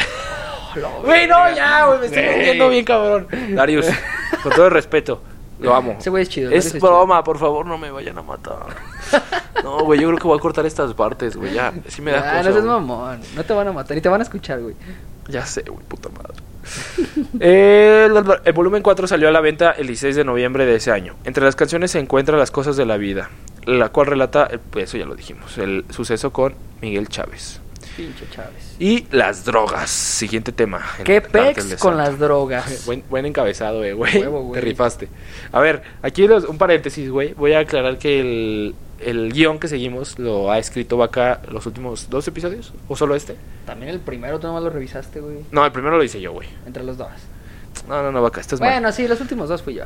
Güey, no, ya, güey, me estoy
Güey.
metiendo bien cabrón. Darius, con todo el respeto, lo amo.
Ese güey es chido. Darius
Es
es
broma, por favor, no me vayan a matar. No, güey, yo creo que voy a cortar estas partes, güey, ya. Sí me da cosa,
Ah, no seas
güey.
mamón. No te van a matar y te van a escuchar, güey.
Ya sé, güey, puta madre. El, el volumen 4 salió a la venta el 16 de noviembre de ese año. Entre las canciones se encuentran Las cosas de la vida, la cual relata, eh, pues, eso ya lo dijimos, el suceso con Miguel Chávez.
Pinche Chávez.
Y las drogas, siguiente tema. el
¿Qué
cártel
pex
de
con
Santa.
las drogas?
Buen, buen encabezado, eh, güey.
Huevo, güey.
Te rifaste. A ver, aquí los- un paréntesis, güey. Voy a aclarar que el, el guión que seguimos lo ha escrito Vaca los últimos dos episodios, o solo este.
También el primero tú nomás lo revisaste, güey.
No, el primero lo hice yo, güey.
Entre los dos.
No, no, no, Vaca, estás mal.
bueno, sí, los últimos dos fui yo.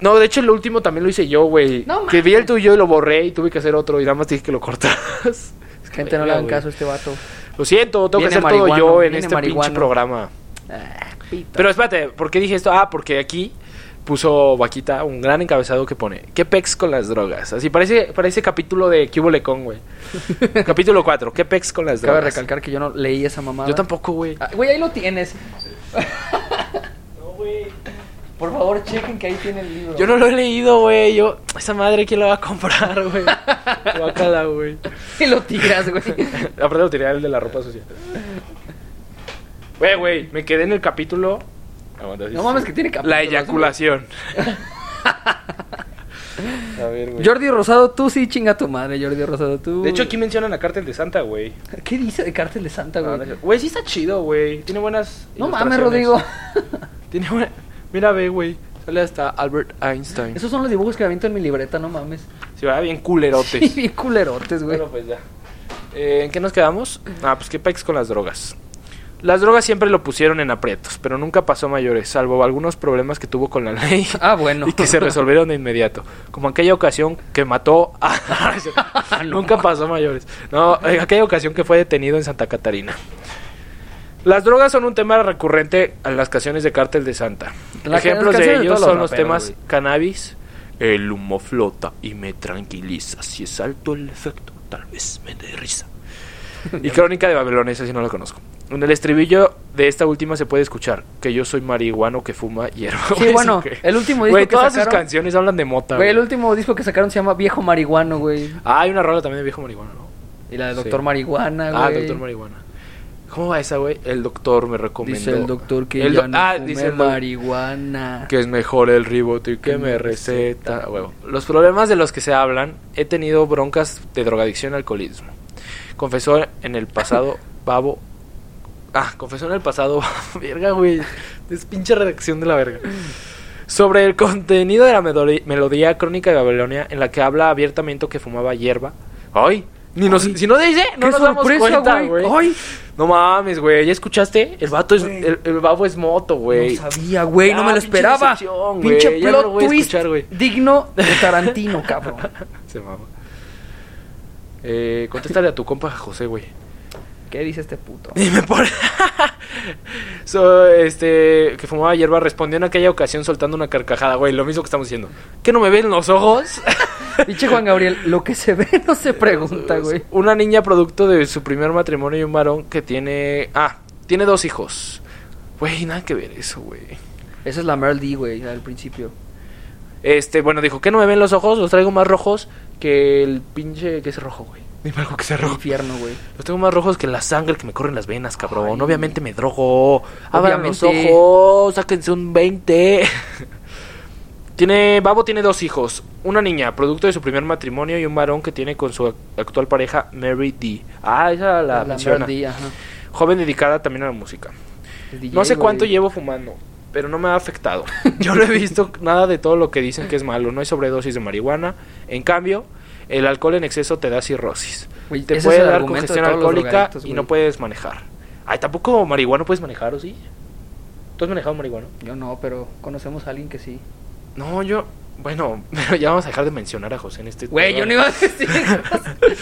No, de hecho el último también lo hice yo, güey.
No
que vi el tuyo y lo borré y tuve que hacer otro y nada más dije que lo cortaras. Es que
Gente, no
verga,
le hagan
güey.
caso a este vato.
Lo siento, tengo
Viene
que hacer todo
marihuano,
yo en
viene
este pinche
marihuano.
programa.
Ah, pito.
Pero espérate, ¿por qué dije esto? Ah, porque aquí puso Vaquita un gran encabezado que pone ¿Qué pex con las drogas? Así parece, parece capítulo de Cubo Lecón, güey. capítulo 4, ¿qué pex con las
Cabe
drogas?
recalcar que yo no leí esa mamada.
Yo tampoco, güey.
Ah, Güey, ahí lo tienes. Por favor, chequen que ahí tiene el libro.
Yo no lo he leído, güey. Yo, esa madre, ¿quién la va a comprar, güey? Guácala, güey.
Y lo tiras, güey.
Aparte lo tiré al de la ropa sucia. Güey, güey, me quedé en el capítulo... Aguanta, sí,
No
sí.
mames, que tiene capítulos,
La
güey.
eyaculación. A ver, güey.
Jordi Rosado, tú sí chinga tu madre, Jordi Rosado, tú.
De hecho, aquí mencionan la Cártel de Santa, güey.
¿Qué dice de Cártel de Santa,
No,
güey?
no es cierto. Güey, sí está chido, güey. Tiene buenas.
no mames,
ilustraciones.
Rodrigo.
Tiene buena... Mira, ve, güey. Sale hasta Albert Einstein.
Esos son los dibujos que aviento en mi libreta, no mames.
Se va bien culerotes.
Y bien culerotes, güey.
Bueno, pues ya. Eh, ¿En qué nos quedamos? Ah, pues qué pex con las drogas. Las drogas siempre lo pusieron en aprietos, pero nunca pasó a mayores, salvo algunos problemas que tuvo con la ley.
Ah, bueno.
Y que se resolvieron de inmediato. Como aquella ocasión que mató
Ah,
a... Nunca pasó a mayores. No, eh, aquella ocasión que fue detenido en Santa Catarina. Las drogas son un tema recurrente a las canciones de Cártel de Santa.
La- las
Ejemplos de
canciones de
ellos
todos los
son los
raperos,
temas cannabis, el humo flota y me tranquiliza. Si es alto el efecto, tal vez me dé risa. Y Crónica de Babilonia, esa sí no la conozco. En el estribillo de esta última se puede escuchar que yo soy marihuano que fuma hierba.
Sí,
Güey,
bueno,
¿qué?
el último disco
Güey,
que
todas sus
sacaron-
canciones hablan de mota.
Güey, el
güey.
último disco que sacaron se llama Viejo Marihuano, güey.
Ah, hay una rola también de viejo marihuana, ¿no?
Y la de
Sí.
Doctor Marihuana, güey.
Ah, doctor marihuana. ¿Cómo va esa, güey? El doctor me recomendó.
Dice el doctor que
El
ya
do-
no
ah,
fumé
dice el doc-
marihuana.
Que es mejor el ribote que me
Mm,
receta. a huevo. Los problemas de los que se hablan, he tenido broncas de drogadicción y alcoholismo. Confesó en el pasado, babo. Ah, confesó en el pasado, verga, güey. Es pinche redacción de la verga. Sobre el contenido de la medori- melodía crónica de Babilonia, en la que habla abiertamente que fumaba hierba. ¡Ay! Ni nos, si no dice, no
¡Qué
nos damos
sorpresa,
cuenta,
güey!
güey.
¡Ay!
No mames, güey. ¿Ya escuchaste? El vato es, el, el babo es moto, güey.
No sabía, güey, no
Ah,
me lo
pinche
esperaba.
decepción, güey,
Pinche
ya no lo
plot
voy a
twist
escuchar, güey.
digno de Tarantino, cabrón.
Se mama. Eh, contéstale a tu compa José, güey.
¿Qué dice este puto?
Dime por. So, este, que fumaba hierba respondió en aquella ocasión soltando una carcajada, güey. Lo mismo que estamos diciendo. ¿Qué no me ven los ojos?
Pinche Juan Gabriel, lo que se ve no se pregunta, güey.
Una niña producto de su primer matrimonio y un varón que tiene. Ah, tiene dos hijos. Güey, nada que ver eso, güey.
Esa es la Merle D, güey, al principio.
Este, bueno, dijo, ¿qué no me ven los ojos? Los traigo más rojos que el pinche que es rojo, güey. Dime algo que sea rojo.
Infierno, güey.
Los tengo más rojos que la sangre que me corren las venas, cabrón. Obviamente me drogo. Abran los
Obviamente.
ojos, sáquense un 20. tiene, Babo tiene dos hijos. Una niña, producto de su primer matrimonio, y un varón que tiene con su ac- actual pareja, Mary D. Ah, esa la,
Es la
menciona.
Merle D, ajá.
Joven dedicada también a la música.
Es DJ,
No sé cuánto
güey.
llevo fumando, pero no me ha afectado. Yo no he visto nada de todo lo que dicen que es malo. No hay sobredosis de marihuana. En cambio, el alcohol en exceso te da cirrosis.
Güey,
te
ese
puede
es el
dar
argumento de
congestión
todos los
alcohólica
drogadictos,
y
güey.
no puedes manejar. Ay, tampoco marihuana puedes manejar, ¿o sí? ¿Tú has manejado marihuana?
Yo no, pero conocemos a alguien que sí.
No, yo... Bueno, ya vamos a dejar de mencionar a José en este...
Güey, yo no
programa.
iba a decir.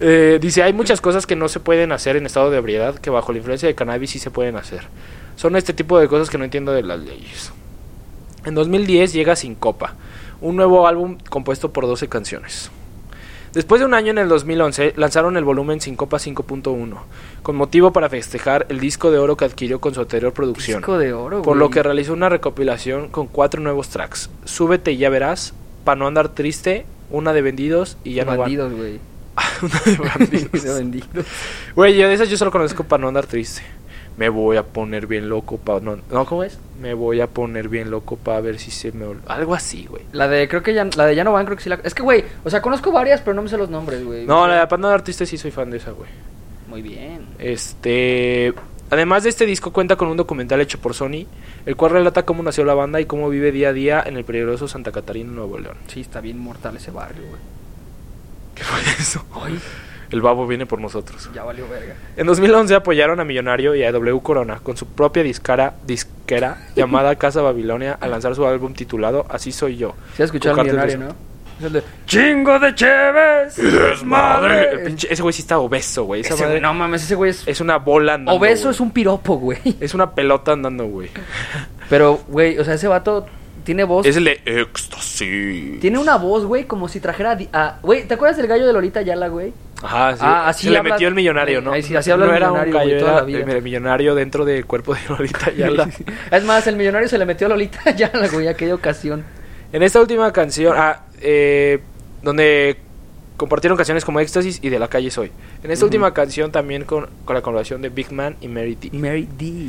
Eh, dice, hay muchas cosas que no se pueden hacer en estado de ebriedad que bajo la influencia de cannabis sí se pueden hacer. Son este tipo de cosas que no entiendo de las leyes. En 2010 llega Sin Copa, un nuevo álbum compuesto por 12 canciones. Después de un año en el 2011 lanzaron el volumen Sincopa 5.1, con motivo para festejar el disco de oro que adquirió con su anterior producción.
Disco de oro,
Por lo
güey.
que realizó una recopilación con cuatro nuevos tracks. Súbete y ya verás, Pa' no andar triste, una de vendidos y ya no van.
Bandidos, güey.
una de bandidos.
De bandidos.
Güey, yo de esas yo solo conozco para no andar triste. Me voy a poner bien loco para no... ¿No? ¿Cómo es? Me voy a poner bien loco para ver si se me... ol- Algo así, güey.
La de, creo que ya, la de ya no van, creo que sí la... Es que, güey, o sea, conozco varias, pero no me sé los nombres, güey.
No, la de para no andar triste sí soy fan de esa, güey.
Muy bien.
Este... Además de este disco cuenta con un documental hecho por Sony, el cual relata cómo nació la banda y cómo vive día a día en el peligroso Santa Catarina, Nuevo León.
Sí, está bien mortal ese barrio, güey.
¿Qué fue eso? El babo viene por nosotros.
Ya valió verga.
En 2011 apoyaron a Millonario y a W Corona con su propia discara, disquera llamada Casa Babilonia a lanzar su álbum titulado Así Soy Yo.
Sí, has escuchado
Con
al
cartel de-
millonario, ¿no? Es el de... ¡Chingo de Cheves!
El pinche- ese güey sí está obeso, güey. Esa
Eh, Ese
madre
güey, no mames, ese güey es...
es una bola andando.
Obeso
güey.
es un piropo, güey.
Es una pelota andando, güey.
Pero, güey, o sea, ese vato tiene voz...
Es el de éxtasis.
Tiene una voz, güey, como si trajera... di- a- Güey, ¿te acuerdas del gallo de Lolita Yala, güey?
Ajá, sí.
Ah, así
Se le
habla-
metió el millonario,
Ay,
¿no?
sí, así habla
no
el
era un
millonario,
gallo,
güey, toda
era
la vida.
el millonario dentro del cuerpo de Lolita Yala.
Es más, el millonario se le metió a Lolita Yala, güey, aquella ocasión.
En esta última canción, ah, eh, donde compartieron canciones como Éxtasis y De la calle Soy. En esta última canción también con, con la colaboración de Big Man y Mary D.
Mary D.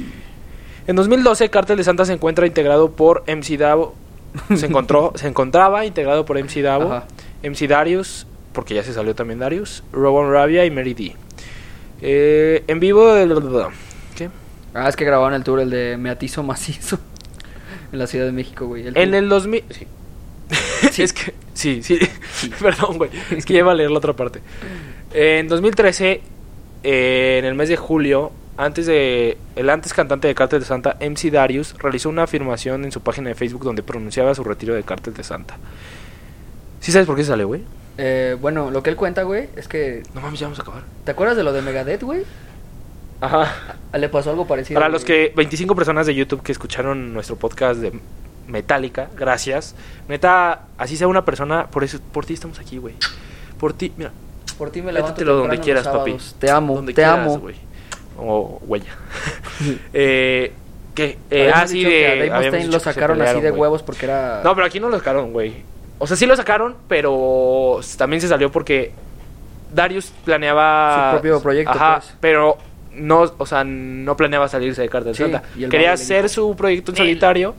En 2012, Cártel de Santa se encuentra integrado por MC Davo. Se, encontró, se encontraba integrado por MC Davo,
Ajá.
MC Darius, porque ya se salió también Darius, Robon Rabia y Mary D. Eh, en vivo, el- ¿qué?
Ah, es que grabaron el tour, el de Me Atizo Macizo. En la Ciudad de México, güey. El
En
tour.
el 2000... sí.
Sí.
es que... Sí, sí. Perdón, güey. Es que lleva a leer la otra parte. En 2013, eh, en el mes de julio, antes de... El antes cantante de Cártel de Santa, MC Darius, realizó una afirmación en su página de Facebook donde pronunciaba su retiro de Cártel de Santa. ¿Sí sabes por qué sale, güey?
Eh, bueno, lo que él cuenta, güey, es que...
No mames, ya vamos a acabar.
¿Te acuerdas de lo de Megadeth, güey?
Ajá.
Ah, Le pasó algo parecido.
Para
güey.
los que 25 personas de YouTube que escucharon nuestro podcast de Metallica, gracias. Neta, así sea una persona, por eso por ti estamos aquí, güey. Por ti, mira,
Por ti me levanto
métetelo donde
temprano
quieras,
los
papi.
sábados. Te amo,
Donde
te
quieras,
amo.
güey. O huella. eh, ¿Qué? Eh,
Habíamos
ah, sí,
dicho que a Dave
de. habíamos
Mustaine
dicho que
lo
se
sacaron así
pelearon,
de
güey.
huevos porque era...
No, pero aquí no lo sacaron, güey. O sea, sí lo sacaron, pero también se salió porque Darius planeaba.
Su propio proyecto,
Ajá,
pues.
pero no, o sea, no planeaba salirse de Cartel
Sí,
de Santa.
y el
Quería
babo le
hacer
dijo,
su proyecto en solitario,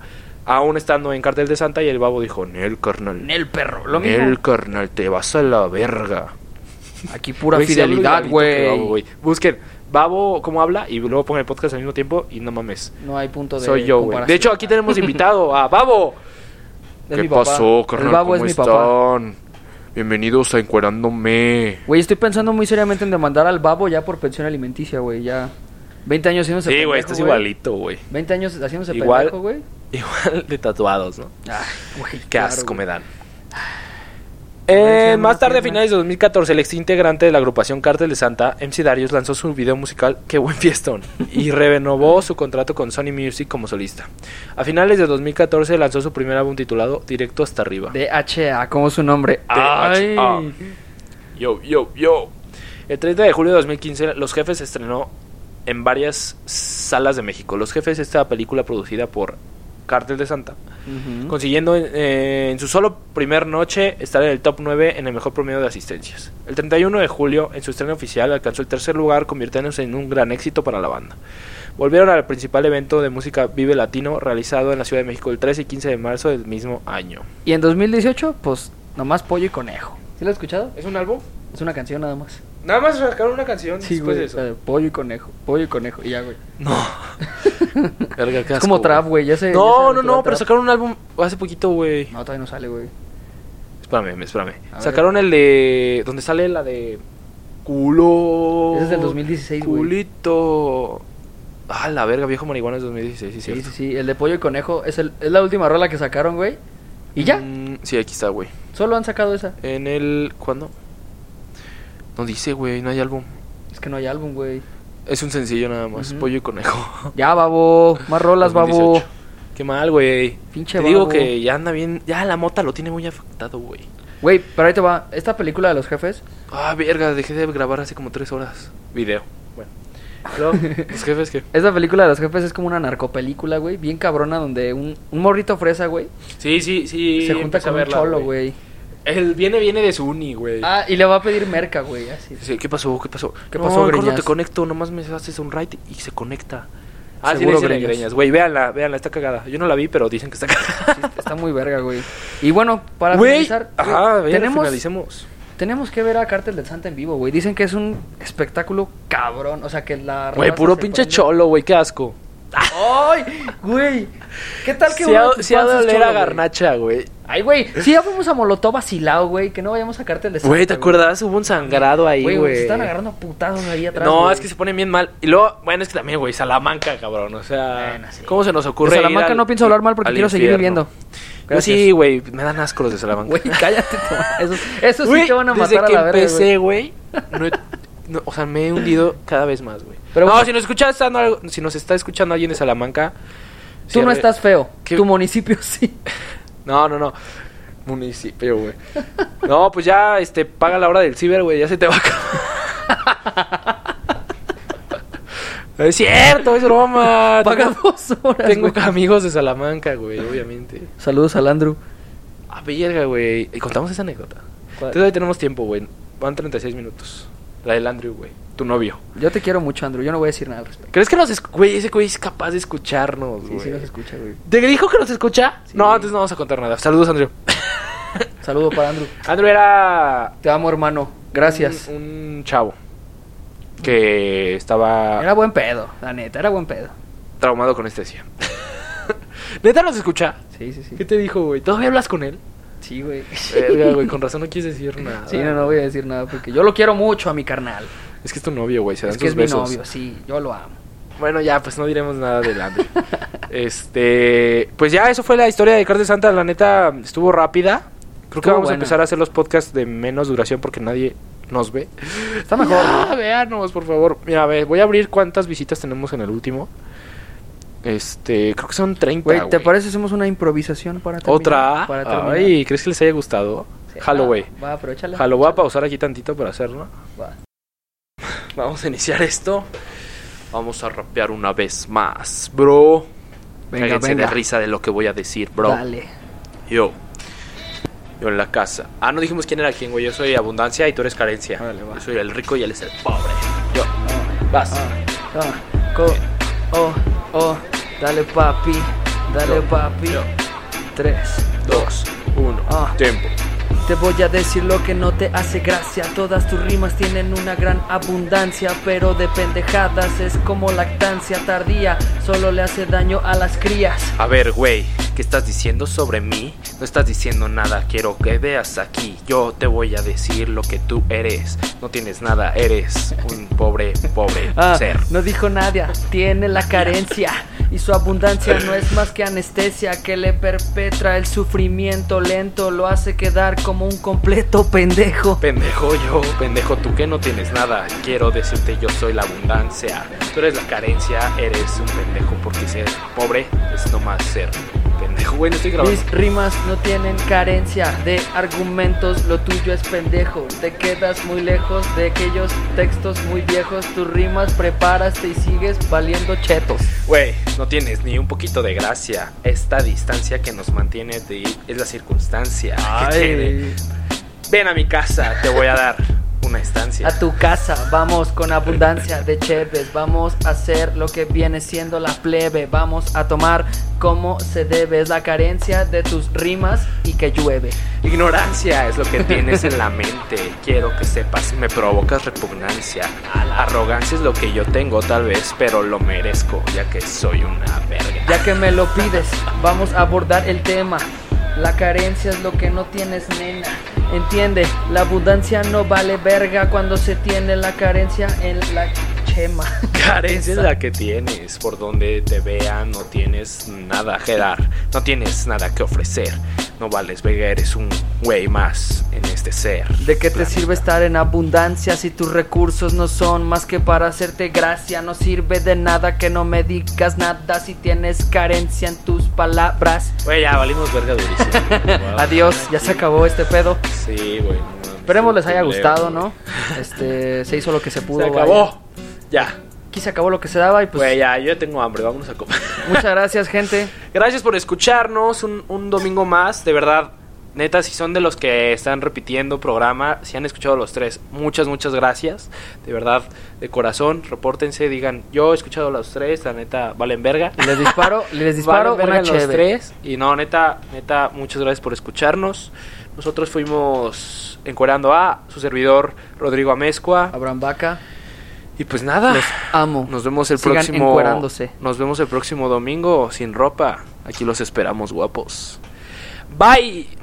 aún estando en Cartel de Santa, y el babo dijo: Nel, carnal.
Nel, perro, lo mismo.
Nel, carnal, te vas a la verga.
Aquí pura
Güey, sí hablo
fidelidad,
igualito que Babo,
güey.
Busquen Babo cómo habla y luego pongan el podcast al mismo tiempo y no mames.
No hay punto de
Soy yo, güey.
comparación.
De hecho, aquí tenemos invitado a Babo.
Es mi papá. El babo es mi papá.
Bienvenidos a Encuerándome.
Güey, estoy pensando muy seriamente en demandar al babo ya por pensión alimenticia, güey. Ya 20 años haciéndose
Sí, güey,
pendejo,
estás igualito, güey.
20 años haciéndose
Igual.
pendejo, güey.
Igual de tatuados, ¿no?
Ah, güey,
Qué
claro,
asco
güey.
me dan. Eh,
Parecían
más
unas
tarde, a
piernas.
finales de 2014, el ex integrante de la agrupación Cártel de Santa, MC Darius, lanzó su video musical Qué buen fiestón y renovó su contrato con Sony Music como solista. A finales de 2014 lanzó su primer álbum titulado Directo hasta arriba.
DHA, como su nombre. Ay.
DHA. Yo, yo, yo. El 30 de julio de 2015, Los Jefes se estrenó en varias salas de México. Los Jefes es esta película producida por Cártel de Santa,
Ujú.
consiguiendo eh, en su solo primer noche estar en el top 9 en el mejor promedio de asistencias. El 31 de julio, en su estreno oficial, alcanzó el tercer lugar, convirtiéndose en un gran éxito para la banda. Volvieron al principal evento de música Vive Latino realizado en la Ciudad de México el 13 y 15 de marzo del mismo año.
Y en 2018, pues nomás pollo y conejo. ¿Sí lo has escuchado?
¿Es un álbum?
Es una canción nada más.
Nada más sacaron una canción después de
la
eso.
de pollo y conejo, pollo y conejo y ya, güey.
No.
Es como trap, güey, ya se ya se
No, no,
aventó
no,
la
pero
trap.
sacaron un álbum hace poquito, güey.
No, todavía no sale, güey.
Espérame, espérame.
A ver.
Sacaron el de. donde sale la de. Culo.
Ese es del 2016, güey.
Culito. Ah, la verga, viejo marihuana es 2016, sí,
Sí, sí,
cierto.
sí, el de pollo y conejo es el es la última rola que sacaron, güey. Y ya,
Mm, sí, aquí está, güey.
solo han sacado esa.
En el. ¿Cuándo? No dice, güey, no hay álbum.
Es que no hay álbum, güey.
Es un sencillo nada más,
Ujú.
pollo y conejo.
Ya, babo, más rolas, babo.
2018. Qué mal, güey.
Pinche
Te digo
babo.
que ya anda bien. Ya la mota lo tiene muy afectado, güey.
Güey, pero ahí te va. Esta película de los jefes.
Ah, verga, dejé de grabar hace como tres horas. Video. Bueno. Luego, los jefes que.
Esta película de los jefes es como una narcopelícula, güey. Bien cabrona, donde un, un morrito fresa, güey.
Sí, sí, sí.
se junta
empecé a
con un
verla,
cholo, güey.
Él viene, viene de su uni, güey.
Ah, y le va a pedir merca, güey. Así.
Dice, ¿qué pasó? ¿Qué pasó?
¿Qué
no,
pasó,
gordo,
Greñas?
te conecto, nomás me haces un right y se conecta. Ah,
Seguro,
sí, le dicen
Greñas.
Greñas. Güey, véanla, véanla, está cagada. Yo no la vi, pero dicen que está cagada.
Sí, Está muy verga, güey. Y bueno, para
Güey,
finalizar, güey,
ajá, a ver,
tenemos,
finalicemos.
tenemos que ver a Cártel del Santa en vivo, güey. Dicen que es un espectáculo cabrón. O sea, que la.
Güey,
raza
puro
se
pinche
prende.
cholo, güey, qué asco.
¡Ay, güey! ¿Qué tal que
Se
uno de
ha,
tus
se ha de
fans es
oler
cholo,
a
güey?
garnacha, güey.
Ay, güey, si ya fuimos a Molotov vacilado, güey, que no vayamos a Cártel de Santa.
Güey, ¿te acuerdas? Hubo un sangrado ahí,
Güey,
güey.
güey, se están agarrando putados ahí atrás.
No,
güey.
es que se ponen bien mal. Y luego, bueno, es que también, güey, Salamanca, cabrón. O sea,
Bueno, sí.
¿cómo se nos ocurre?
De
ir
Salamanca
al-
no pienso hablar mal porque
al
quiero seguir
infierno?
viviendo.
Yo
Gracias.
sí, güey, me dan asco los de Salamanca.
Güey, cállate, toma. Eso, eso sí
Güey,
te van a
desde
matar a
que
la verga, güey.
empecé, güey. no he- no, o sea, me he hundido cada vez más, güey.
Pero
no,
bueno.
si nos escuchas, no, algo- si nos está escuchando alguien de Salamanca.
Tú no
cierre-
estás feo,
¿Qué?
tu municipio sí.
No, no, no. Municipio, güey. No, pues ya, este, paga la hora del ciber, güey. Ya se te va a acabar. No es cierto, es broma.
Paga
Tengo-
dos horas,
Tengo
güey.
amigos de Salamanca, güey, obviamente.
Saludos al Andrew.
Ah, verga, güey. Y contamos esa anécdota.
¿Cuál?
Todavía tenemos tiempo, güey. Van 36 minutos. La del Andrew, güey. Tu novio.
Yo te quiero mucho, Andrew. Yo no voy a decir nada al respecto.
¿Crees que nos... escu- Güey, ese güey es capaz de escucharnos,
Sí,
güey.
sí nos escucha, güey.
¿Te dijo que nos escucha?
Sí.
No, antes no vamos a contar nada. Saludos, Andrew.
Saludo para Andrew.
Andrew era...
Te amo, hermano. Gracias.
Un, un chavo que estaba
Era buen pedo, la neta, era buen pedo.
traumado con estesia. ¿Neta nos escucha?
Sí, sí, sí.
¿Qué te dijo, güey? ¿Todavía hablas con él?
Sí, güey.
Verga, güey, con razón no quieres decir nada.
Sí, no, no voy a decir nada porque yo lo quiero mucho a mi carnal.
Es que es tu novio, güey. Se dan
Es que es
sus
mi
besos.
novio, sí, yo lo amo.
Bueno, ya, pues no diremos nada del Andrew. este, pues ya, eso fue la historia de Cartel Santa. La neta, estuvo rápida. Creo que
Estuvo
vamos a
buena.
empezar a hacer los podcasts de menos duración porque nadie nos ve.
Está mejor. ¿no?
Ah, véanos, por favor. Mira, a ver, voy a abrir cuántas visitas tenemos en el último. Este, creo que son 30.
Güey, ¿te
güey.
parece hacemos una improvisación para terminar?
¿Otra?
Para terminar.
Ay, ¿crees que les haya gustado?
Sí, Ah.
Jalo,
va,
güey.
Va, aprovechala.
Jalo, voy a pausar aquí tantito para hacerlo.
Va.
Vamos a iniciar esto. Vamos a rapear una vez más, bro.
Venga,
Cáguense
venga.
de risa de lo que voy a decir, bro.
Dale.
Yo. Yo en la casa. Ah, no dijimos quién era quién, güey. Yo soy abundancia y tú eres carencia.
Órale, va.
Yo soy el rico y él es el pobre. Yo. Vas.
Ah, co- oh, oh, dale papi, dale
Yo,
papi.
yo.
Tres.
Dos, uno,
Ah.
tiempo.
Te voy a decir lo que no te hace gracia. Todas tus rimas tienen una gran abundancia, pero de pendejadas es como lactancia tardía. Solo le hace daño a las crías.
A ver, güey, ¿qué estás diciendo sobre mí? No estás diciendo nada, quiero que veas aquí. Yo te voy a decir lo que tú eres. No tienes nada, eres un pobre, pobre
Ah,
ser.
no dijo Nadia, tiene la carencia y su abundancia no es más que anestesia que le perpetra el sufrimiento lento, lo hace quedar como un completo pendejo.
Pendejo yo, pendejo tú que no tienes nada. Quiero decirte, yo soy la abundancia. Tú eres la carencia, eres un pendejo porque ser pobre es nomás ser pendejo. Güey, no estoy grabando.
Mis rimas no tienen carencia de argumentos, lo tuyo es pendejo. Te quedas muy lejos de aquellos textos muy viejos, tus rimas preparaste y sigues valiendo chetos.
Güey, no tienes ni un poquito de gracia. Esta distancia que nos mantiene de es la circunstancia. que tiene. Ven a mi casa, te voy a dar una estancia.
A tu casa, vamos con abundancia de cheves, vamos a hacer lo que viene siendo la plebe, vamos a tomar como se debe, es la carencia de tus rimas y que llueve.
Ignorancia es lo que tienes en la mente. Quiero que sepas, me provocas repugnancia. Arrogancia es lo que yo tengo tal vez, pero lo merezco, ya que soy una verga.
Ya que me lo pides, vamos a abordar el tema. La carencia es lo que no tienes, nena. Entiende, la abundancia no vale verga cuando se tiene la carencia en la chema.
Carencia es la que tienes, por donde te vean no tienes nada que dar, no tienes nada que ofrecer. no vales verga, eres un güey más en este ser.
¿De qué te
Planeta.
sirve estar en abundancia si tus recursos no son más que para hacerte gracia? No sirve de nada que no me digas nada si tienes carencia en tus palabras.
Güey, ya valimos verga durísimo. Wow.
Adiós, ya se acabó este pedo.
Sí, güey. no mames,
Esperemos
qué
les haya
culero,
gustado,
güey.
¿no? Este, se hizo lo que se pudo.
Se
vaya.
acabó. Ya.
Aquí se acabó lo que se daba y pues
Güey, ya, yo tengo hambre, vámonos a comer.
muchas gracias, gente.
Gracias por escucharnos un, un domingo más, de verdad. Neta, si son de los que están repitiendo programa, si han escuchado los tres, muchas, muchas gracias. De verdad, de corazón, repórtense, digan, yo he escuchado los tres, la neta, valen verga.
Les disparo, les disparo
Valen
una
verga los
chévere.
tres. Y no, neta, neta, muchas gracias por escucharnos. Nosotros fuimos encuerando a su servidor, Rodrigo Amezcua.
Abraham Vaca,
Y pues nada,
los amo.
nos vemos el
Sigan
próximo.
encuerándose.
Nos vemos el próximo domingo sin ropa. Aquí los esperamos, guapos. Bye.